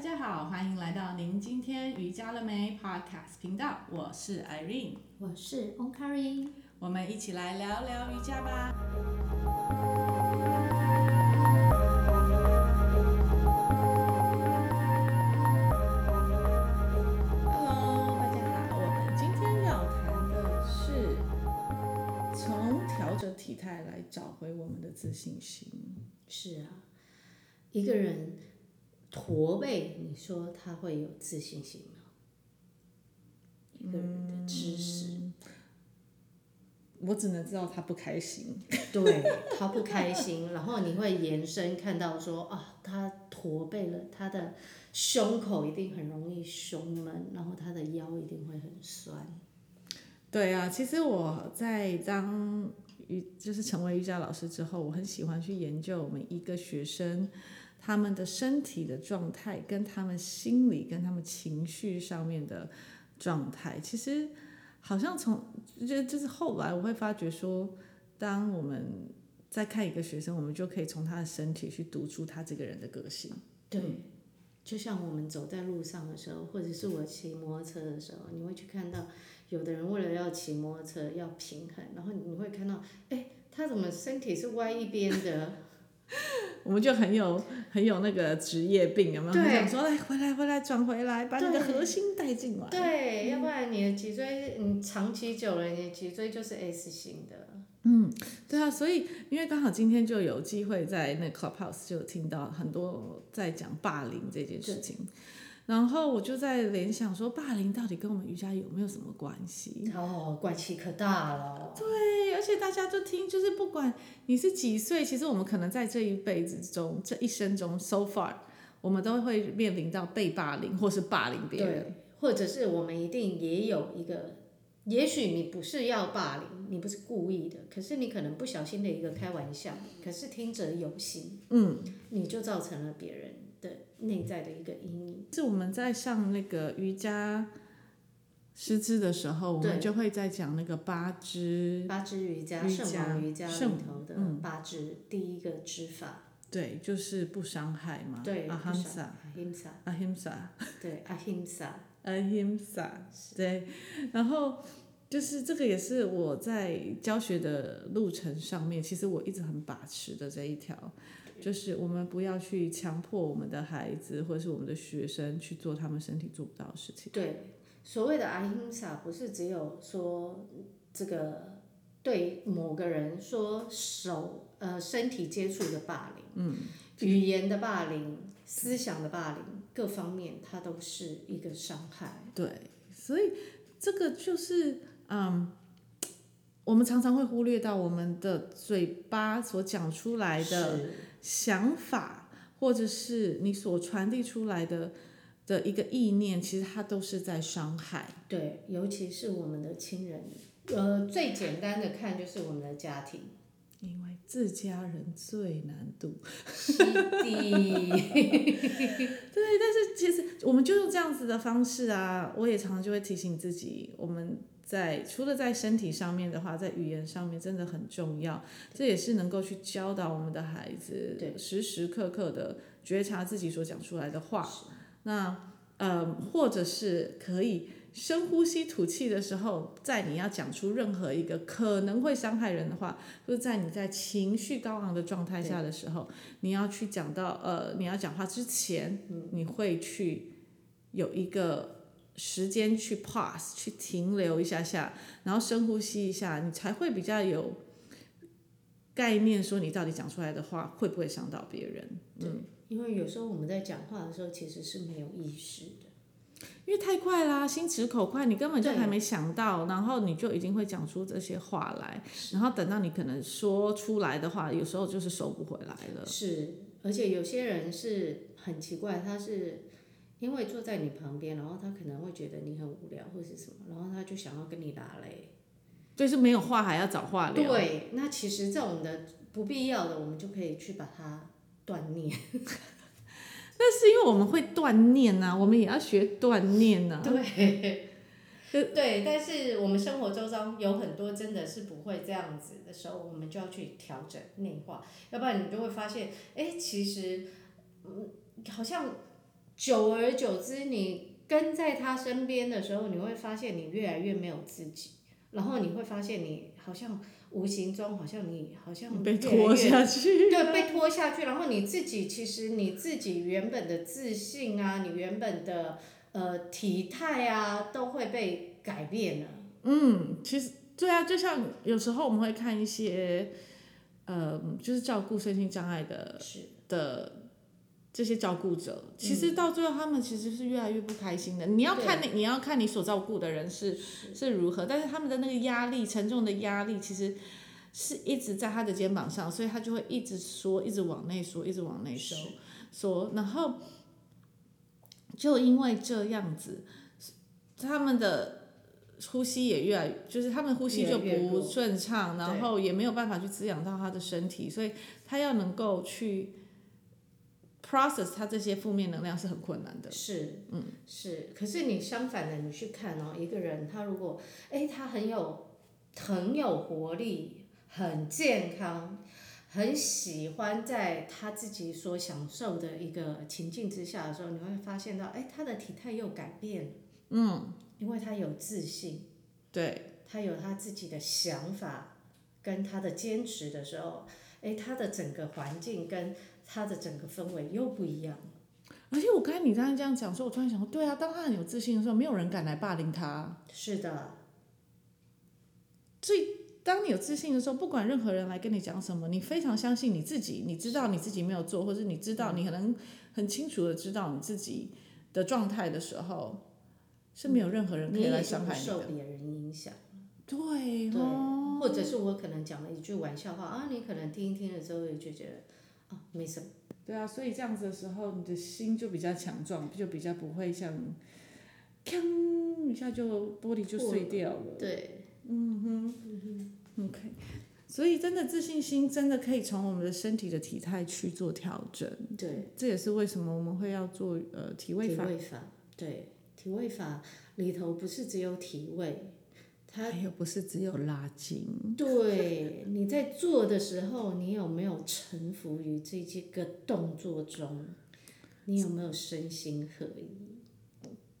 家好，欢迎来到您今天瑜伽了没 Podcast 频道，我是 Irene，我是 Onkari。我们一起来聊聊瑜伽吧。Hello，大家好，我们今天要谈的是从调整体态来找回我们的自信心。是啊，一个人驼背，你说他会有自信心吗？一个人的知识，我只能知道他不开心，嗯对他不开心，然后你会延伸看到说啊，他驼背了，他的胸口一定很容易胸闷，然后他的腰一定会很酸。对啊，其实我在当瑜就是成为瑜伽老师之后，我很喜欢去研究每一个学生他们的身体的状态，跟他们心理、跟他们情绪上面的状态。其实好像从就就是后来我会发觉说，当我们在看一个学生，我们就可以从他的身体去读出他这个人的个性。对，就像我们走在路上的时候，或者是我骑摩托车的时候，你会去看到有的人为了要骑摩托车要平衡，然后你会看到，哎，他怎么身体是歪一边 的？我们就很有很有那个职业病，有没有？对很想说来哎回来回来转回来，把你的对核心带进来。对，要不然你的脊椎，你长期久了，你的脊椎就是 S 型的。 对啊，所以因为刚好今天就有机会在那 Clubhouse 就有听到很多在讲霸凌这件事情，然后我就在联想说，霸凌到底跟我们瑜伽有没有什么关系？哦，关系可大了。对，而且大家就听，就是不管你是几岁，其实我们可能在这一辈子中，这一生中，so far，我们都会面临到被霸凌或是霸凌别人。对，或者是我们一定也有一个，也许你不是要霸凌，你不是故意的，可是你可能不小心的一个开玩笑，可是听者有心，嗯，你就造成了别人的内在的一个阴影。是我们在上那个瑜伽师资的时候，我们对就会在讲那个八支八支瑜伽，嗯瑜圣伽王瑜伽圣嗯里头的八支、第一个支法，对，就是不伤害嘛。对，嗯阿不汉少萨， ，ahimsa，阿 h 萨，对，ahimsa，阿 h 萨， 对。然后就是这个也是我在教学的路程上面，其实我一直很把持的这一条，就是我们不要去强迫我们的孩子或者是我们的学生去做他们身体做不到的事情。对，所谓的 ahimsa 不是只有说这个对某个人说手呃身体接触的霸凌，嗯，语言的霸凌、思想的霸凌，各方面它都是一个伤害。对，所以这个就是嗯。我们常常会忽略到我们的嘴巴所讲出来的是想法，或者是你所传递出来的的一个意念，其实它都是在伤害。对，尤其是我们的亲人，呃，最简单的看就是我们的家庭。因为自家人最难度，是 的，但是其实我们就用这样子的方式啊，我也常常就会提醒自己，我们在除了在身体上面的话，在语言上面真的很重要，这也是能够去教导我们的孩子，对时时刻刻的觉察自己所讲出来的话，那呃，或者是可以深呼吸吐气的时候，在你要讲出任何一个可能会伤害人的话，就是在你在情绪高昂的状态下的时候，你要去讲到呃，你要讲话之前，你会去有一个。时间去 pause 去停留一下下，然后深呼吸一下，你才会比较有概念，说你到底讲出来的话会不会伤到别人。因为有时候我们在讲话的时候其实是没有意识的。因为太快啦，心直口快，你根本就对还没想到，然后你就已经会讲出这些话来，然后等到你可能说出来的话，有时候就是收不回来了。是，而且有些人是很奇怪，他是因为坐在你旁边，然后他可能会觉得你很无聊或是什么，然后他就想要跟你拉嘞。就是没有话还要找话聊，对，那其实这种的不必要的，我们就可以去把它断念。但是因为我们会断念呐、我们也要学啊断念呐、对。 对，但是我们生活周遭有很多真的是不会这样子的时候，我们就要去调整内化，要不然你就会发现，哎，其实，嗯，好像久而久之，你跟在他身边的时候，你会发现你越来越没有自己，然后你会发现你好像无形中好像你好 像被越来拖越下去。对，被拖下去，然后你自己其实你自己原本的自信啊，你原本的呃体态啊，都会被改变了。嗯，其实对啊，就像有时候我们会看一些，呃，就是照顾身心障碍的是的这些照顾者，其实到最后他们其实是越来越不开心的。你要看你你要看你所照顾的人是是如何，但是他们的那个压力，沉重的压力其实是一直在他的肩膀上，所以他就会一直缩，一直往内缩，一直往内收缩，然后就因为这样子，他们的。呼吸也越来，就是他们呼吸越来就越不弱顺畅，然对后也没有办法去滋养到他的身体，所以他要能够去 process 他这些负面能量是很困难的。是，嗯，是。可是你相反的，你去看哦，一个人他如果，哎，他很有很有活力，很健康，很喜欢在他自己所享受的一个情境之下的时候，你会发现到，哎，他的体态又改变了，嗯，因为他有自信，对，他有他自己的想法跟他的坚持的时候，哎，他的整个环境跟他的整个氛围又不一样。而且我刚才你刚才这样讲说，我突然想到，对啊，当他很有自信的时候，没有人敢来霸凌他。是的，当你有自信的时候，不管任何人来跟你讲什么，你非常相信你自己，你知道你自己没有做，或者你知道你可能很清楚的知道你自己的状态的时候，是没有任何人可你以也来就伤不害你受的。别人影响，对对哦，或者是我可能讲了一句玩笑话啊，你可能听一听了之后也就觉得啊没什么，对啊，所以这样子的时候，你的心就比较强壮，就比较不会像，锵一下就玻璃就碎掉了。对， OK，所以真的自信心真的可以从我们的身体的体态去做调整，对，这也是为什么我们会要做呃体位法，对，体位法里头不是只有体位，它还有不是只有拉筋。 对你在做的时候，你有没有臣服于这些个动作中？你有没有身心合一？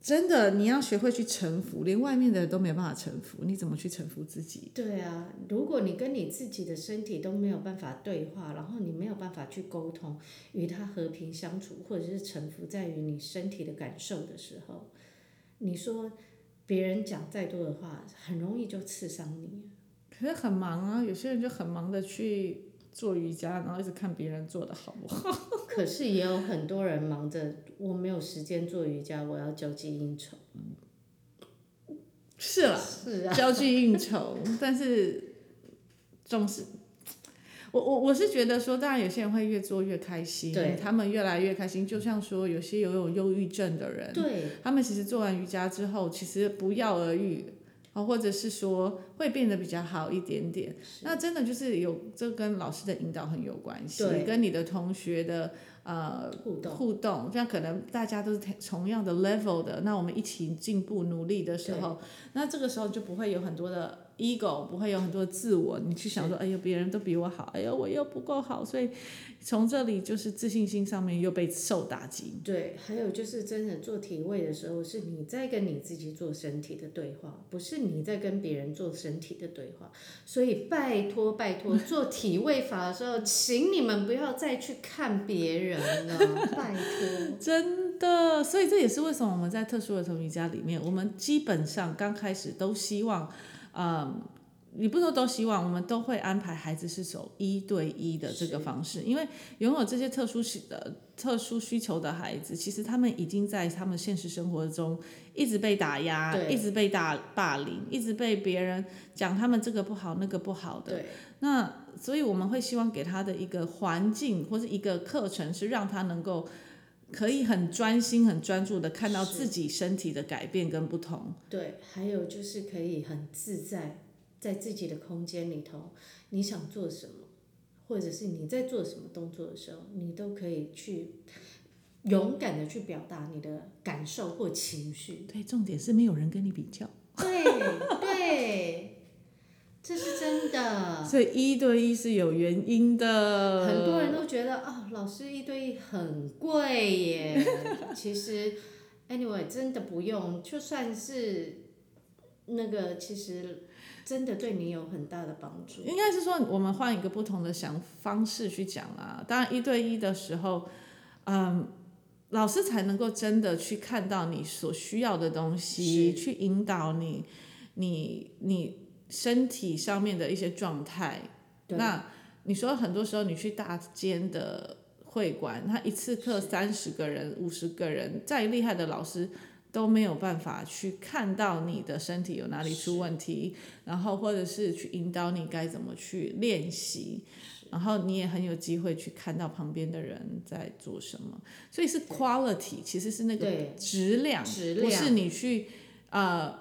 真的，你要学会去臣服，连外面的人都没有办法臣服，你怎么去臣服自己？对啊，如果你跟你自己的身体都没有办法对话，然后你没有办法去沟通，与它和平相处，或者是臣服在于你身体的感受的时候，你说别人讲再多的话，很容易就刺伤你。 可是很忙啊，有些人就很忙的去做瑜伽，然后一直看别人做的好不好。可是也有很多人忙着，我没有时间做瑜伽，我要交际应酬。是啦，是啊，交际应酬，但是总是。我我我是觉得说，当然有些人会越做越开心，对他们越来越开心。就像说，有些有有忧郁症的人，对，他们其实做完瑜伽之后，其实不药而愈，啊，或者是说会变得比较好一点点。那真的就是有这跟老师的引导很有关系对，跟你的同学的呃互动互动，这样可能大家都是同样的 level 的，那我们一起进步努力的时候，那这个时候就不会有很多的 ego，不会有很多自我，你去想说，哎呦，别人都比我好，哎呦，我又不够好，所以从这里就是自信心上面又被受打击。对，还有就是真的做体位的时候，是你在跟你自己做身体的对话，不是你在跟别人做身体的对话。所以拜托拜托，做体位法的时候，请你们不要再去看别人了，拜托。真的，所以这也是为什么我们在特殊儿童瑜伽里面，我们基本上刚开始都希望，嗯，你不说都希望，我们都会安排孩子是走一对一的这个方式，因为拥有这些特殊需的特殊需求的孩子，其实他们已经在他们现实生活中一直被打压，对一直被打霸凌，一直被别人讲他们这个不好那个不好的，对，那所以我们会希望给他的一个环境或是一个课程，是让他能够可以很专心、很专注的看到是自己身体的改变跟不同。对，还有就是可以很自在，在自己的空间里头，你想做什么，或者是你在做什么动作的时候，你都可以去勇敢的去表达你的感受或情绪。对，重点是没有人跟你比较，对对， 这是真的。所以一对一是有原因的。很多人都觉得啊、老师一对一很贵耶， 其实，anyway，真的不用，就算是那个，其实真的对你有很大的帮助。应该是说我们换一个不同的想方式去讲啦。当然，一对一的时候，嗯，老师才能够真的去看到你所需要的东西，是去引导你，你你身体上面的一些状态。对，那你说很多时候你去大间的会馆，他一次课是三十个人、五十个人，再厉害的老师都没有办法去看到你的身体有哪里出问题，然后或者是去引导你该怎么去练习。然后你也很有机会去看到旁边的人在做什么，所以是 quality，其实是那个对质量，质不量是你去呃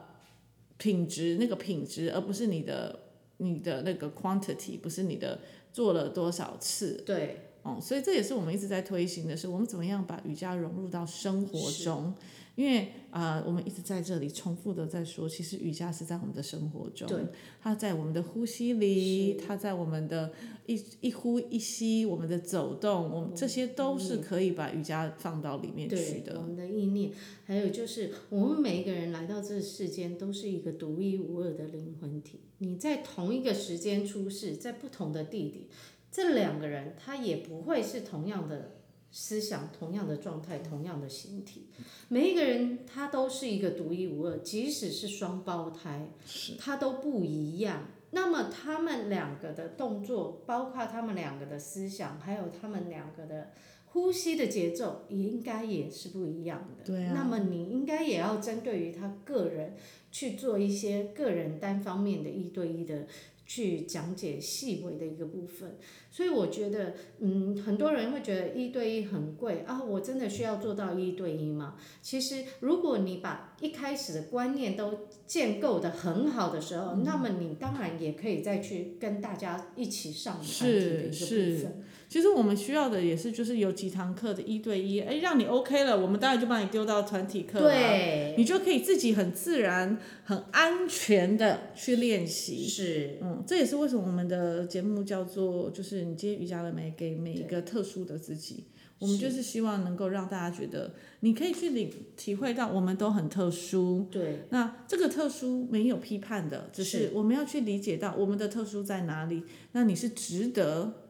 品质那个品质，而不是你的你的那个 quantity，不是你的做了多少次对，哦、所以这也是我们一直在推行的是，我们怎么样把瑜伽融入到生活是中，因为啊、呃我们一直在这里重复的在说，其实瑜伽是在我们的生活中对，它在我们的呼吸里，是它在我们的一一呼一吸，我们的走动，我们这些都是可以把瑜伽放到里面去嗯对，我的，们的意念，还有就是我们每一个人来到这世间都是一个独一无二的灵魂体。你在同一个时间出世，在不同的地点，这两个人他也不会是同样的思想、同样的状态、同样的形体。每一个人他都是一个独一无二，即使是双胞胎，是它都不一样。那么他们两个的动作，包括他们两个的思想，还有他们两个的呼吸的节奏，也应该也是不一样的。对啊那么你应该也要针对于他个人去做一些个人单方面的一对一的去讲解细微的一个部分。所以我觉得，嗯，很多人会觉得一对一很贵啊，我真的需要做到一对一吗？其实，如果你把一开始的观念都建构的很好的时候，那么你当然也可以再去跟大家一起上团体的一个部是是分。其实我们需要的也是，就是有几堂课的一对一，哎，让你 OK 了，我们当然就把你丢到团体课了，对，你就可以自己很自然、很安全的去练习。是，嗯，这也是为什么我们的节目叫做“就是你接瑜伽了没”，给每一对个特殊的自己。我们就是希望能够让大家觉得，你可以去领体会到我们都很特殊。对，那这个特殊没有批判的，只是是我们要去理解到我们的特殊在哪里。那你是值得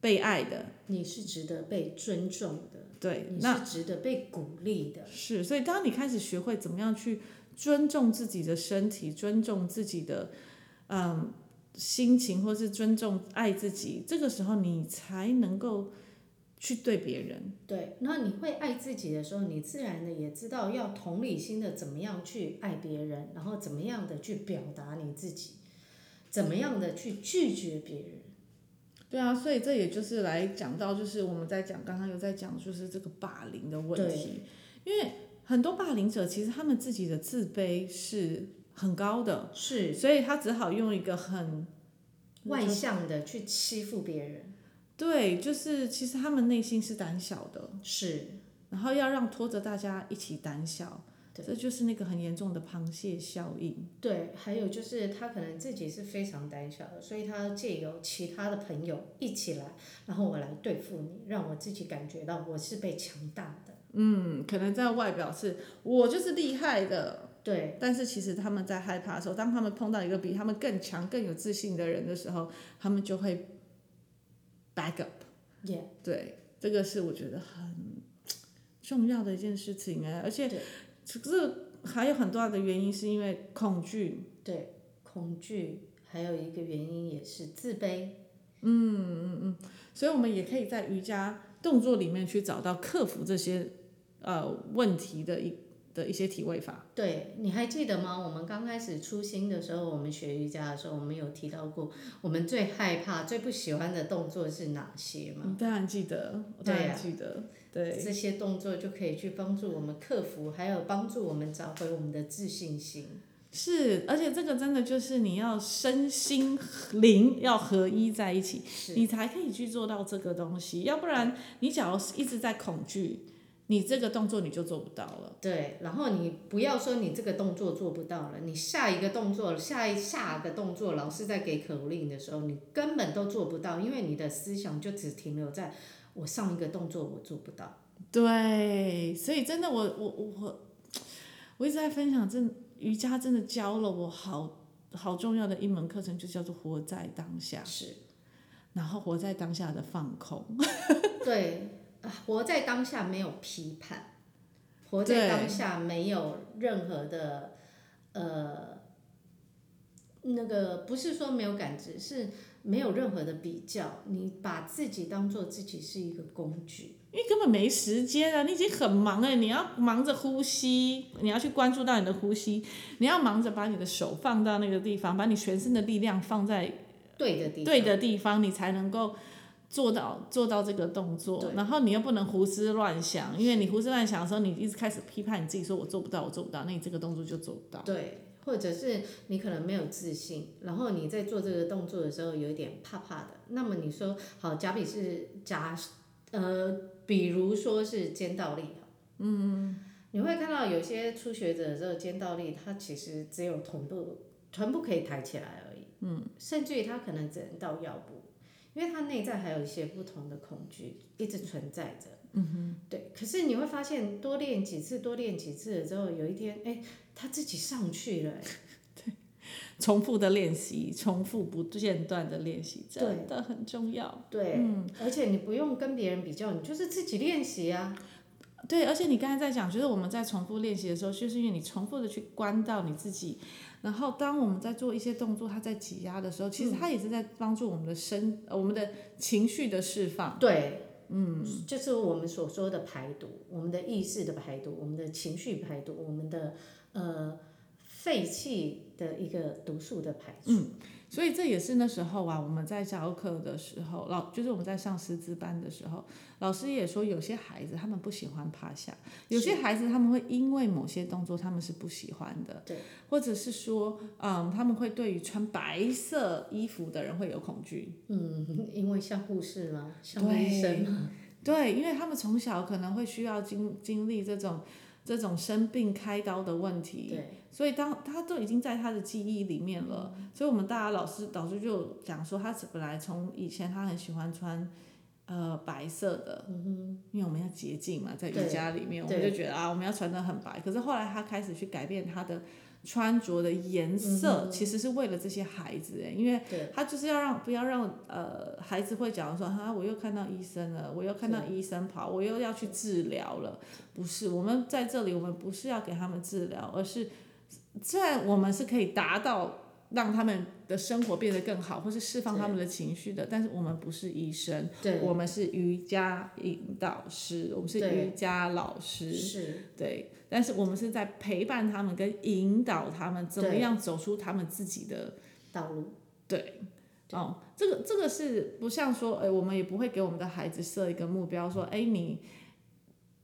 被爱的，你是值得被尊重的，对。你那是值得被鼓励的，是，所以当你开始学会怎么样去尊重自己的身体，尊重自己的嗯心情，或是尊重爱自己，这个时候你才能够去对别人。对。那你会爱自己的时候，你自然的也知道要同理心的怎么样去爱别人，然后怎么样的去表达你自己，怎么样的去拒绝别人。对啊，所以这也就是来讲到，就是我们在讲刚刚有在讲，就是这个霸凌的问题，因为很多霸凌者其实他们自己的自卑是很高的，是所以他只好用一个很外向的去欺负别人，对，就是其实他们内心是胆小的，是然后要让拖着大家一起胆小，对这就是那个很严重的螃蟹效应。对。还有就是他可能自己是非常胆小的，所以他借由其他的朋友一起来，然后我来对付你，让我自己感觉到我是被强大的。嗯，可能在外表是我就是厉害的，对，但是其实他们在害怕的时候，当他们碰到一个比他们更强、更有自信的人的时候，他们就会 back up。也对，这个是我觉得很重要的一件事情哎，而且对这还有很多的原因是因为恐惧。对恐惧，还有一个原因也是自卑。所以我们也可以在瑜伽动作里面去找到克服这些呃问题的一的一些体位法。对，你还记得吗？我们刚开始初心的时候，我们学瑜伽的时候，我们有提到过，我们最害怕、最不喜欢的动作是哪些吗？啊嗯，当然记得，我当然记得，对。这些动作就可以去帮助我们克服，还有帮助我们找回我们的自信心。是，而且这个真的就是你要身心灵要合一在一起，是，你才可以去做到这个东西。要不然，你假如一直在恐惧，你这个动作你就做不到了。对。然后你不要说你这个动作做不到了，你下一个动作、下一下个动作，老师在给口令的时候，你根本都做不到，因为你的思想就只停留在我上一个动作我做不到。对，所以真的我，我我我我一直在分享，真瑜伽真的教了我好好重要的一门课程，就叫做活在当下，是，然后活在当下的放空。对，啊活在当下没有批判，活在对当下没有任何的呃那个不是说没有感知，是没有任何的比较，你把自己当做自己是一个工具，因为根本没时间啊，你已经很忙了，你要忙着呼吸，你要去关注到你的呼吸，你要忙着把你的手放到那个地方，把你全身的力量放在对的地方，对的地方，你才能够做到做到这个动作对。然后你又不能胡思乱想，因为你胡思乱想的时候，你一直开始批判你自己，说我做不到，我做不到，那你这个动作就做不到。对，或者是你可能没有自信，然后你在做这个动作的时候有一点怕怕的。那么你说好，假比是假，呃，比如说是肩倒立，嗯，你会看到有些初学者这个肩倒立，他其实只有臀部，臀部可以抬起来而已，嗯，甚至于他可能只能到腰部。因为他内在还有一些不同的恐惧一直存在着，嗯哼，对。可是你会发现，多练几次，多练几次了之后，有一天，哎，他自己上去了、欸，重复的练习，重复不间断的练习，对真的很重要。对，而且你不用跟别人比较，你就是自己练习啊，对，而且你刚才在讲，就是我们在重复练习的时候，就是因为你重复的去关到你自己，然后当我们在做一些动作，它在挤压的时候，其实它也是在帮助我们的身、呃我们的情绪的释放。对，啊嗯，就是我们所说的排毒，我们的意识的排毒，我们的情绪排毒，我们的呃废气的一个毒素的排除，嗯所以这也是那时候啊，我们在教课的时候，老就是我们在上师资班的时候，老师也说，有些孩子他们不喜欢趴下，有些孩子他们会因为某些动作他们是不喜欢的，对，或者是说，嗯，他们会对于穿白色衣服的人会有恐惧，嗯，因为像护士嘛，像对医生嘛，对，因为他们从小可能会需要经经历这种这种生病开刀的问题，对。所以当他都已经在他的记忆里面了，嗯所以我们大家老师导师就讲说，他本来从以前他很喜欢穿。呃，白色的，因为我们要洁净嘛，在瑜嗯对伽里面，我对们就觉得啊，我们要穿得很白。可是后来他开始去改变他的穿着的颜色，其实是为了这些孩子，哎因为嗯对他就是要让不要让呃孩子会讲说，啊，我又看到医生了，我又看到医生跑，我又要去治疗了。不是，我们在这里，我们不是要给他们治疗，而是虽然我们是可以达到让他们的生活变得更好，或是释放他们的情绪的，但是我们不是医生，对，我们是瑜伽引导师，我们是对瑜伽老师，是，对。但是我们是在陪伴他们跟引导他们，怎么对样走出他们自己的道路，对，哦，这个这个是不像说，哎，我们也不会给我们的孩子设一个目标，说，哎，你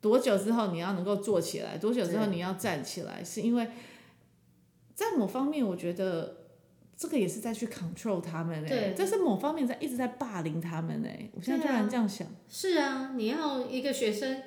多久之后你要能够坐起来，多久之后对你要站起来，是因为在某方面，我觉得这个也是在去 control 他们哎对，这是某方面在一直在霸凌他们哎，我现在对突啊然这样想，是啊，你要一个学生，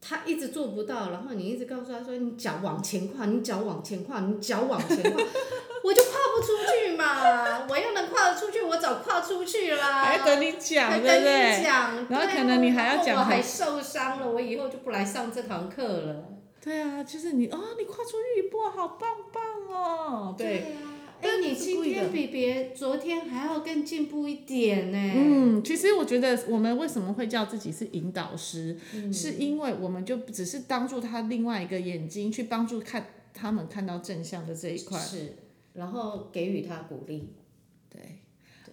他一直做不到，然后你一直告诉他说：“你脚往前跨，你脚往前跨，你脚往前跨。” 我就跨不出去 嘛，我要能跨得出去，我早跨出去啦。还要等你讲，啊还对跟不你对？讲，然后对可啊能你还要然后讲我很还受伤了，我以后就不来上这堂课了。对啊，就是你哦，你跨出去一步，好棒棒哦，对。对啊，哎但，不你是故今意的天比别昨天还要更进步一点呢。嗯，其实我觉得我们为什么会叫自己是引导师，嗯是因为我们就只是当做他另外一个眼睛去帮助看他们看到正向的这一块。是，然后给予他鼓励。对，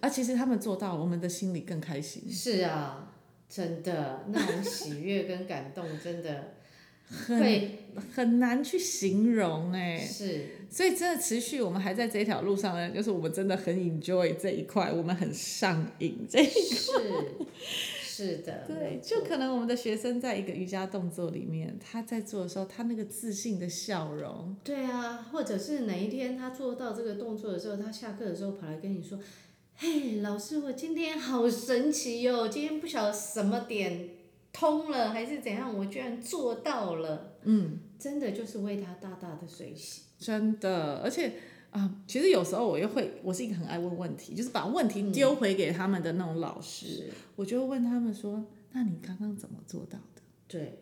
而啊其实他们做到了，我们的心里更开心，是啊，真的，那种喜悦跟感动，真的很会很难去形容 哎、是所以真的持续，我们还在这条路上呢，就是我们真的很 enjoy 这一块，我们很上瘾这一是是的，对没，就错可能我们的学生在一个瑜伽动作里面，他在做的时候，他那个自信的笑容，对啊，或者是哪一天他做到这个动作的时候，他下课的时候跑来跟你说。嘿，老师，我今天好神奇哟、今天不晓得什么点通了还是怎样，我居然做到了。嗯，真的就是为他大大的水洗。真的，而且啊、其实有时候我又会，我是一个很爱问问题，就是把问题丢回给他们的那种老师，是，我就会问他们说：“那你刚刚怎么做到的？对，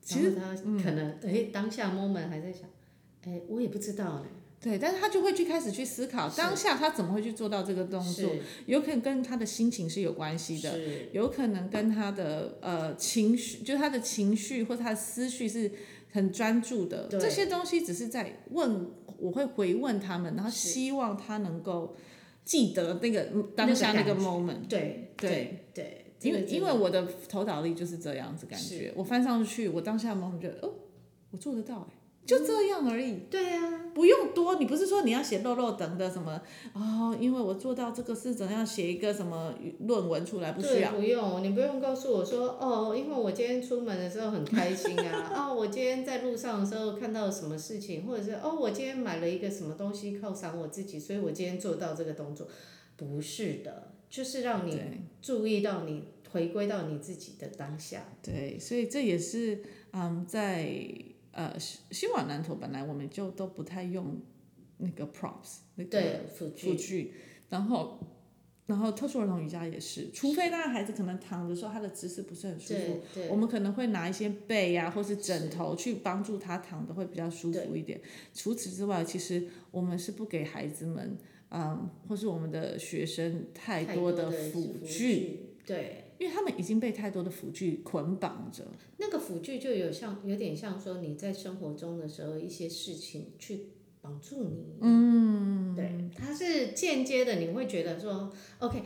其实嗯然后他可能哎、当下 moment 还在想，哎，我也不知道呢。对，但是他就会去开始去思考，是当下他怎么会去做到这个动作，是有可能跟他的心情是有关系的，是有可能跟他的呃情绪，就是他的情绪或他的思绪是很专注的，对这些东西只是在问，我会回问他们，然后是希望他能够记得那个嗯当下那那个个感觉 moment。对对对，因为这个因为我的头脑力就是这样子感觉，我翻上去，我当下 moment 觉得哦，我做得到哎、就这样而已。嗯对啊，不用多，你不是说你要写肉肉等的什么哦？因为我做到这个是怎样写一个什么论文出来，不需对，要。不用，你不用告诉我说哦，因为我今天出门的时候很开心 啊，哦，我今天在路上的时候看到什么事情，或者是哦，我今天买了一个什么东西犒赏我自己，所以我今天做到这个动作，不是的，就是让你对注意到你回归到你自己的当下，对，所以这也是嗯，在呃西西瓦南头本来我们就都不太用那个 props 那个对，辅辅具，具，然后然后特殊儿童瑜伽也是，除非那孩子可能躺着的时候他的姿势不是很舒服，对对我们可能会拿一些被呀、或是枕头去帮助他躺的会比较舒服一点。除此之外，其实我们是不给孩子们，嗯，或是我们的学生太多的辅辅具，具，对。因为他们已经被太多的辅具捆绑着。那个辅具就有像有点像说你在生活中的时候一些事情去绑住你，嗯，对，它是间接的，你会觉得说，OK，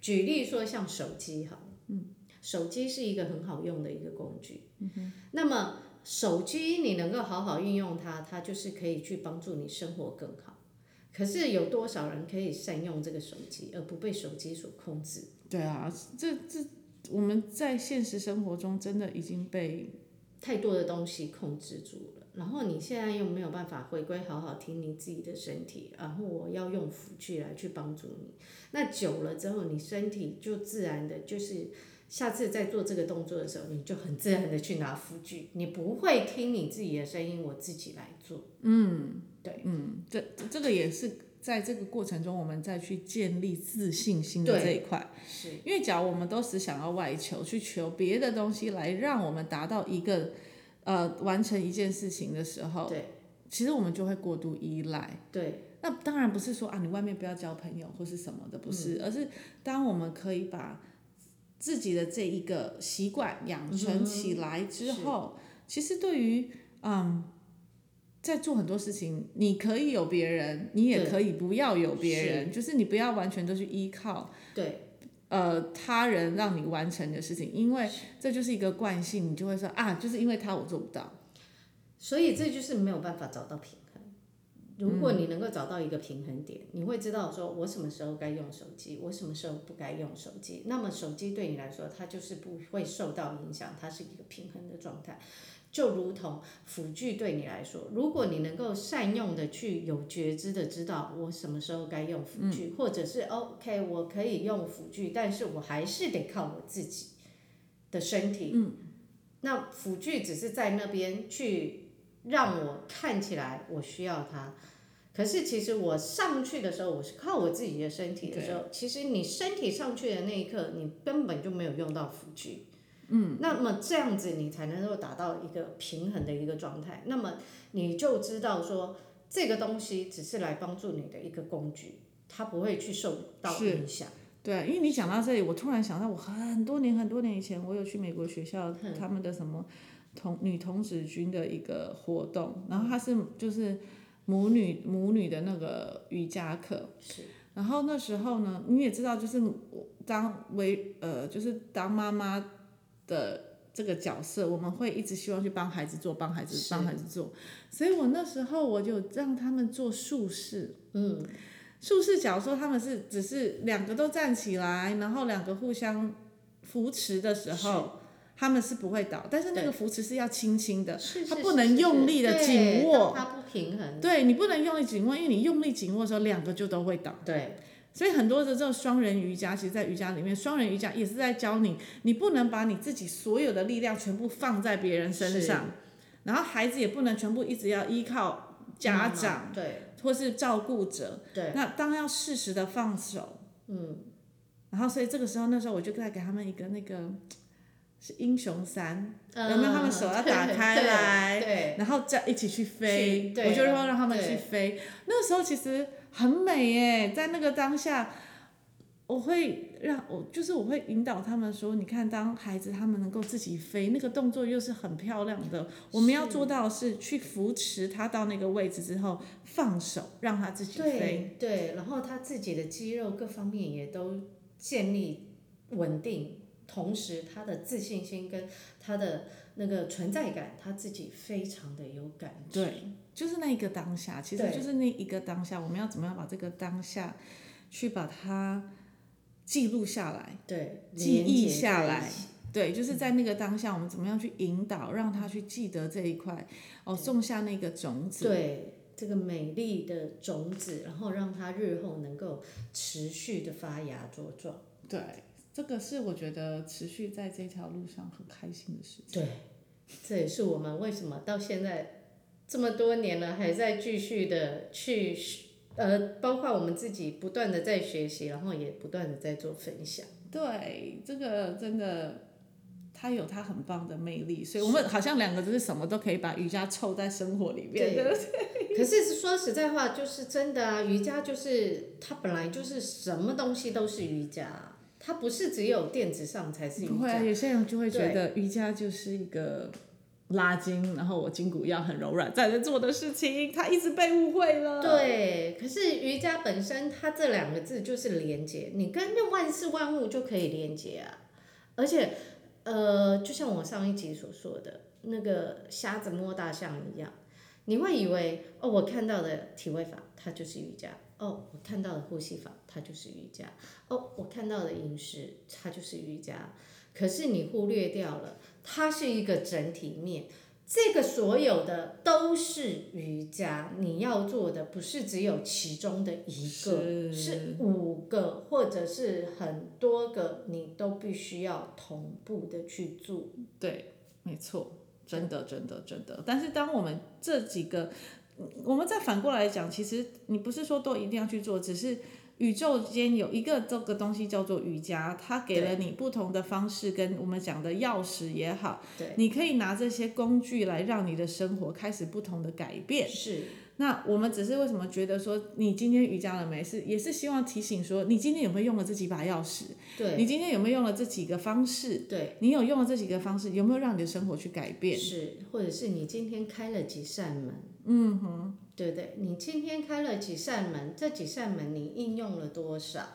举例说像手机好，嗯，手机是一个很好用的一个工具，嗯那么手机你能够好好运用它，它就是可以去帮助你生活更好。可是有多少人可以善用这个手机，而不被手机所控制？对啊，这这我们在现实生活中真的已经被太多的东西控制住了，然后你现在又没有办法回归好好听你自己的身体，然后我要用辅具来去帮助你，那久了之后，你身体就自然的就是。下次在做这个动作的时候，你就很自然的去拿辅具，你不会听你自己的声音，我自己来做。嗯，这这这个也是在这个过程中，我们再去建立自信心的对这一块。是，因为假如我们都只想要外求，去求别的东西来让我们达到一个呃完成一件事情的时候，对其实我们就会过度依赖。对那当然不是说啊，你外面不要交朋友或是什么的，不是，嗯而是当我们可以把自己的这一个习惯嗯养成起来之后，其实对于嗯，在做很多事情，你可以有别人，你也对可以不要有别人，就是你不要完全都去依靠。对，呃他人让你完成的事情，因为这就是一个惯性，你就会说啊，就是因为他我做不到。所以这就是没有办法找到平衡。如果你能够找到一个平衡点，你会知道说我什么时候该用手机，我什么时候不该用手机。那么手机对你来说，它就是不会受到影响，它是一个平衡的状态。就如同辅具对你来说，如果你能够善用的去有觉知的知道我什么时候该用辅具，或者是哦 OK 我可以用辅具，但是我还是得靠我自己的身体。嗯，那辅具只是在那边去让我看起来我需要它。可是其实我上去的时候，我是靠我自己的身体的时候，其实你身体上去的那一刻，你根本就没有用到辅具。嗯，那么这样子你才能够达到一个平衡的一个状态。那么你就知道说，这个东西只是来帮助你的一个工具，它不会去受到是影响。对，因为你讲到这里，我突然想到，我很多年很多年以前，我有去美国学校他们的什么同女童子军的一个活动，然后它是就是母女母女的那个瑜伽课。是然后那时候呢，你也知道，就是我当为呃，就是当妈妈的这个角色，我们会一直希望去帮孩子做，帮孩子，是帮孩子做。所以我那时候我就让他们做竖式，嗯，术士假如说他们是只是两个都站起来，然后两个互相扶持的时候，他们是不会倒，但是那个扶持是要轻轻的，是它是不是能是用力地对紧握当它不平衡。对你不能用力紧握，因为你用力紧握的时候，两个就都会倒。对，所以很多的这种双人瑜伽，其实，在瑜伽里面，双人瑜伽也是在教你，你不能把你自己所有的力量全部放在别人身上，然后孩子也不能全部一直要依靠家长妈妈嗯对或是照顾者，对那当要适时的放手，嗯，然后所以这个时候那时候我就在给他们一个那个是英雄三，嗯有没有他们手要打开来对，对然后再一起去飞去，对我就要让他们去对飞。那个时候其实很美耶，在那个当下，我会让我就是我会引导他们说，你看，当孩子他们能够自己飞，那个动作又是很漂亮的。我们要做到的是去扶持他到那个位置之后，放手让他自己飞。对对，然后他自己的肌肉各方面也都建立稳定，同时他的自信心跟他的那个存在感，他自己非常的有感知。对就是那一个当下，其实对就是那一个当下，我们要怎么样把这个当下去把它记录下来。对，记忆连接下在一来起，对，就是在那个当下，我们怎么样去引导，让他去记得这一块，哦，种下那个种子。对这个美丽的种子，然后让它日后能够持续的发芽茁壮。对，这个是我觉得持续在这条路上很开心的事情。对，这也是我们为什么到现在这么多年了，还在继续的去学呃，包括我们自己不断的在学习，然后也不断的在做分享。对，这个真的，它有它很棒的魅力，所以我们好像两个就是什么都可以把瑜伽凑在生活里面。对可是说实在话，就是真的啊，瑜伽就是它本来就是什么东西都是瑜伽，啊它不是只有垫子上才是瑜不会啊，伽。有些人就会觉得瑜伽就是一个拉筋，然后我筋骨要很柔软才能做的事情，他一直被误会了。对，可是瑜伽本身，它这两个字就是连接，你跟那万事万物就可以连接啊。而且，呃，就像我上一集所说的那个瞎子摸大象一样，你会以为哦，我看到的体位法它就是瑜伽，哦，我看到的呼吸法它就是瑜伽，哦，我看到的饮食它就是瑜伽。可是你忽略掉了，它是一个整体面。这个所有的都是瑜伽，你要做的不是只有其中的一个，是是五个或者是很多个，你都必须要同步的去做。对，没错，真的，真的，真的。但是当我们这几个，嗯我们再反过来讲，其实你不是说都一定要去做，只是宇宙间有一个这个东西叫做瑜伽，它给了你不同的方式，跟我们讲的钥匙也好，对，你可以拿这些工具来让你的生活开始不同的改变。是那我们只是为什么觉得说你今天瑜伽了没？是也是希望提醒说你今天有没有用了这几把钥匙，对，你今天有没有用了这几个方式，对，你有用了这几个方式，有没有让你的生活去改变？是，或者是你今天开了几扇门，嗯哼，对不对？你今天开了几扇门，这几扇门你应用了多少？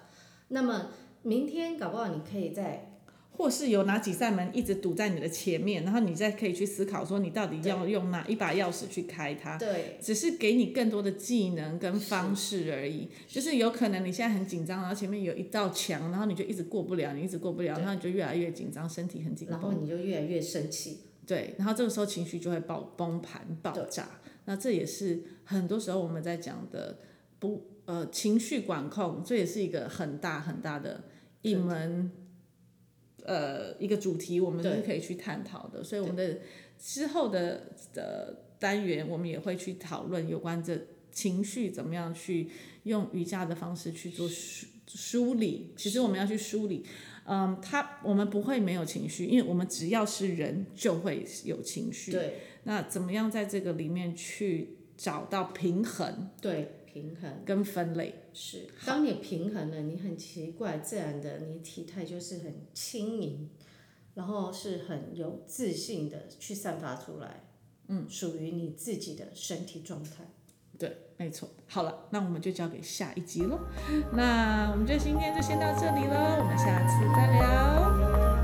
那么明天搞不好你可以再或是有哪几扇门一直堵在你的前面，然后你再可以去思考说你到底要用哪一把钥匙去开它。对只是给你更多的技能跟方式而已，就是有可能你现在很紧张，然后前面有一道墙，然后你就一直过不了，你一直过不了，对然后你就越来越紧张，身体很紧然后绷，你就越来越生气。对，然后这个时候情绪就会爆崩盘爆炸。那这也是很多时候我们在讲的不呃情绪管控，这也是一个很大很大的一门呃一个主题，我们对是可以去探讨的。所以我们的之后的的单元，我们也会去讨论有关这情绪怎么样去用瑜伽的方式去做梳梳理。其实我们要去梳理，嗯，它我们不会没有情绪，因为我们只要是人就会有情绪。对那怎么样在这个里面去找到平衡对，平衡跟分类？是。当你平衡了，你很奇怪，自然的你体态就是很轻盈，然后是很有自信的去散发出来，嗯，属于你自己的身体状态。对，没错。好了，那我们就交给下一集喽。那我们就今天就先到这里喽，我们下次再聊。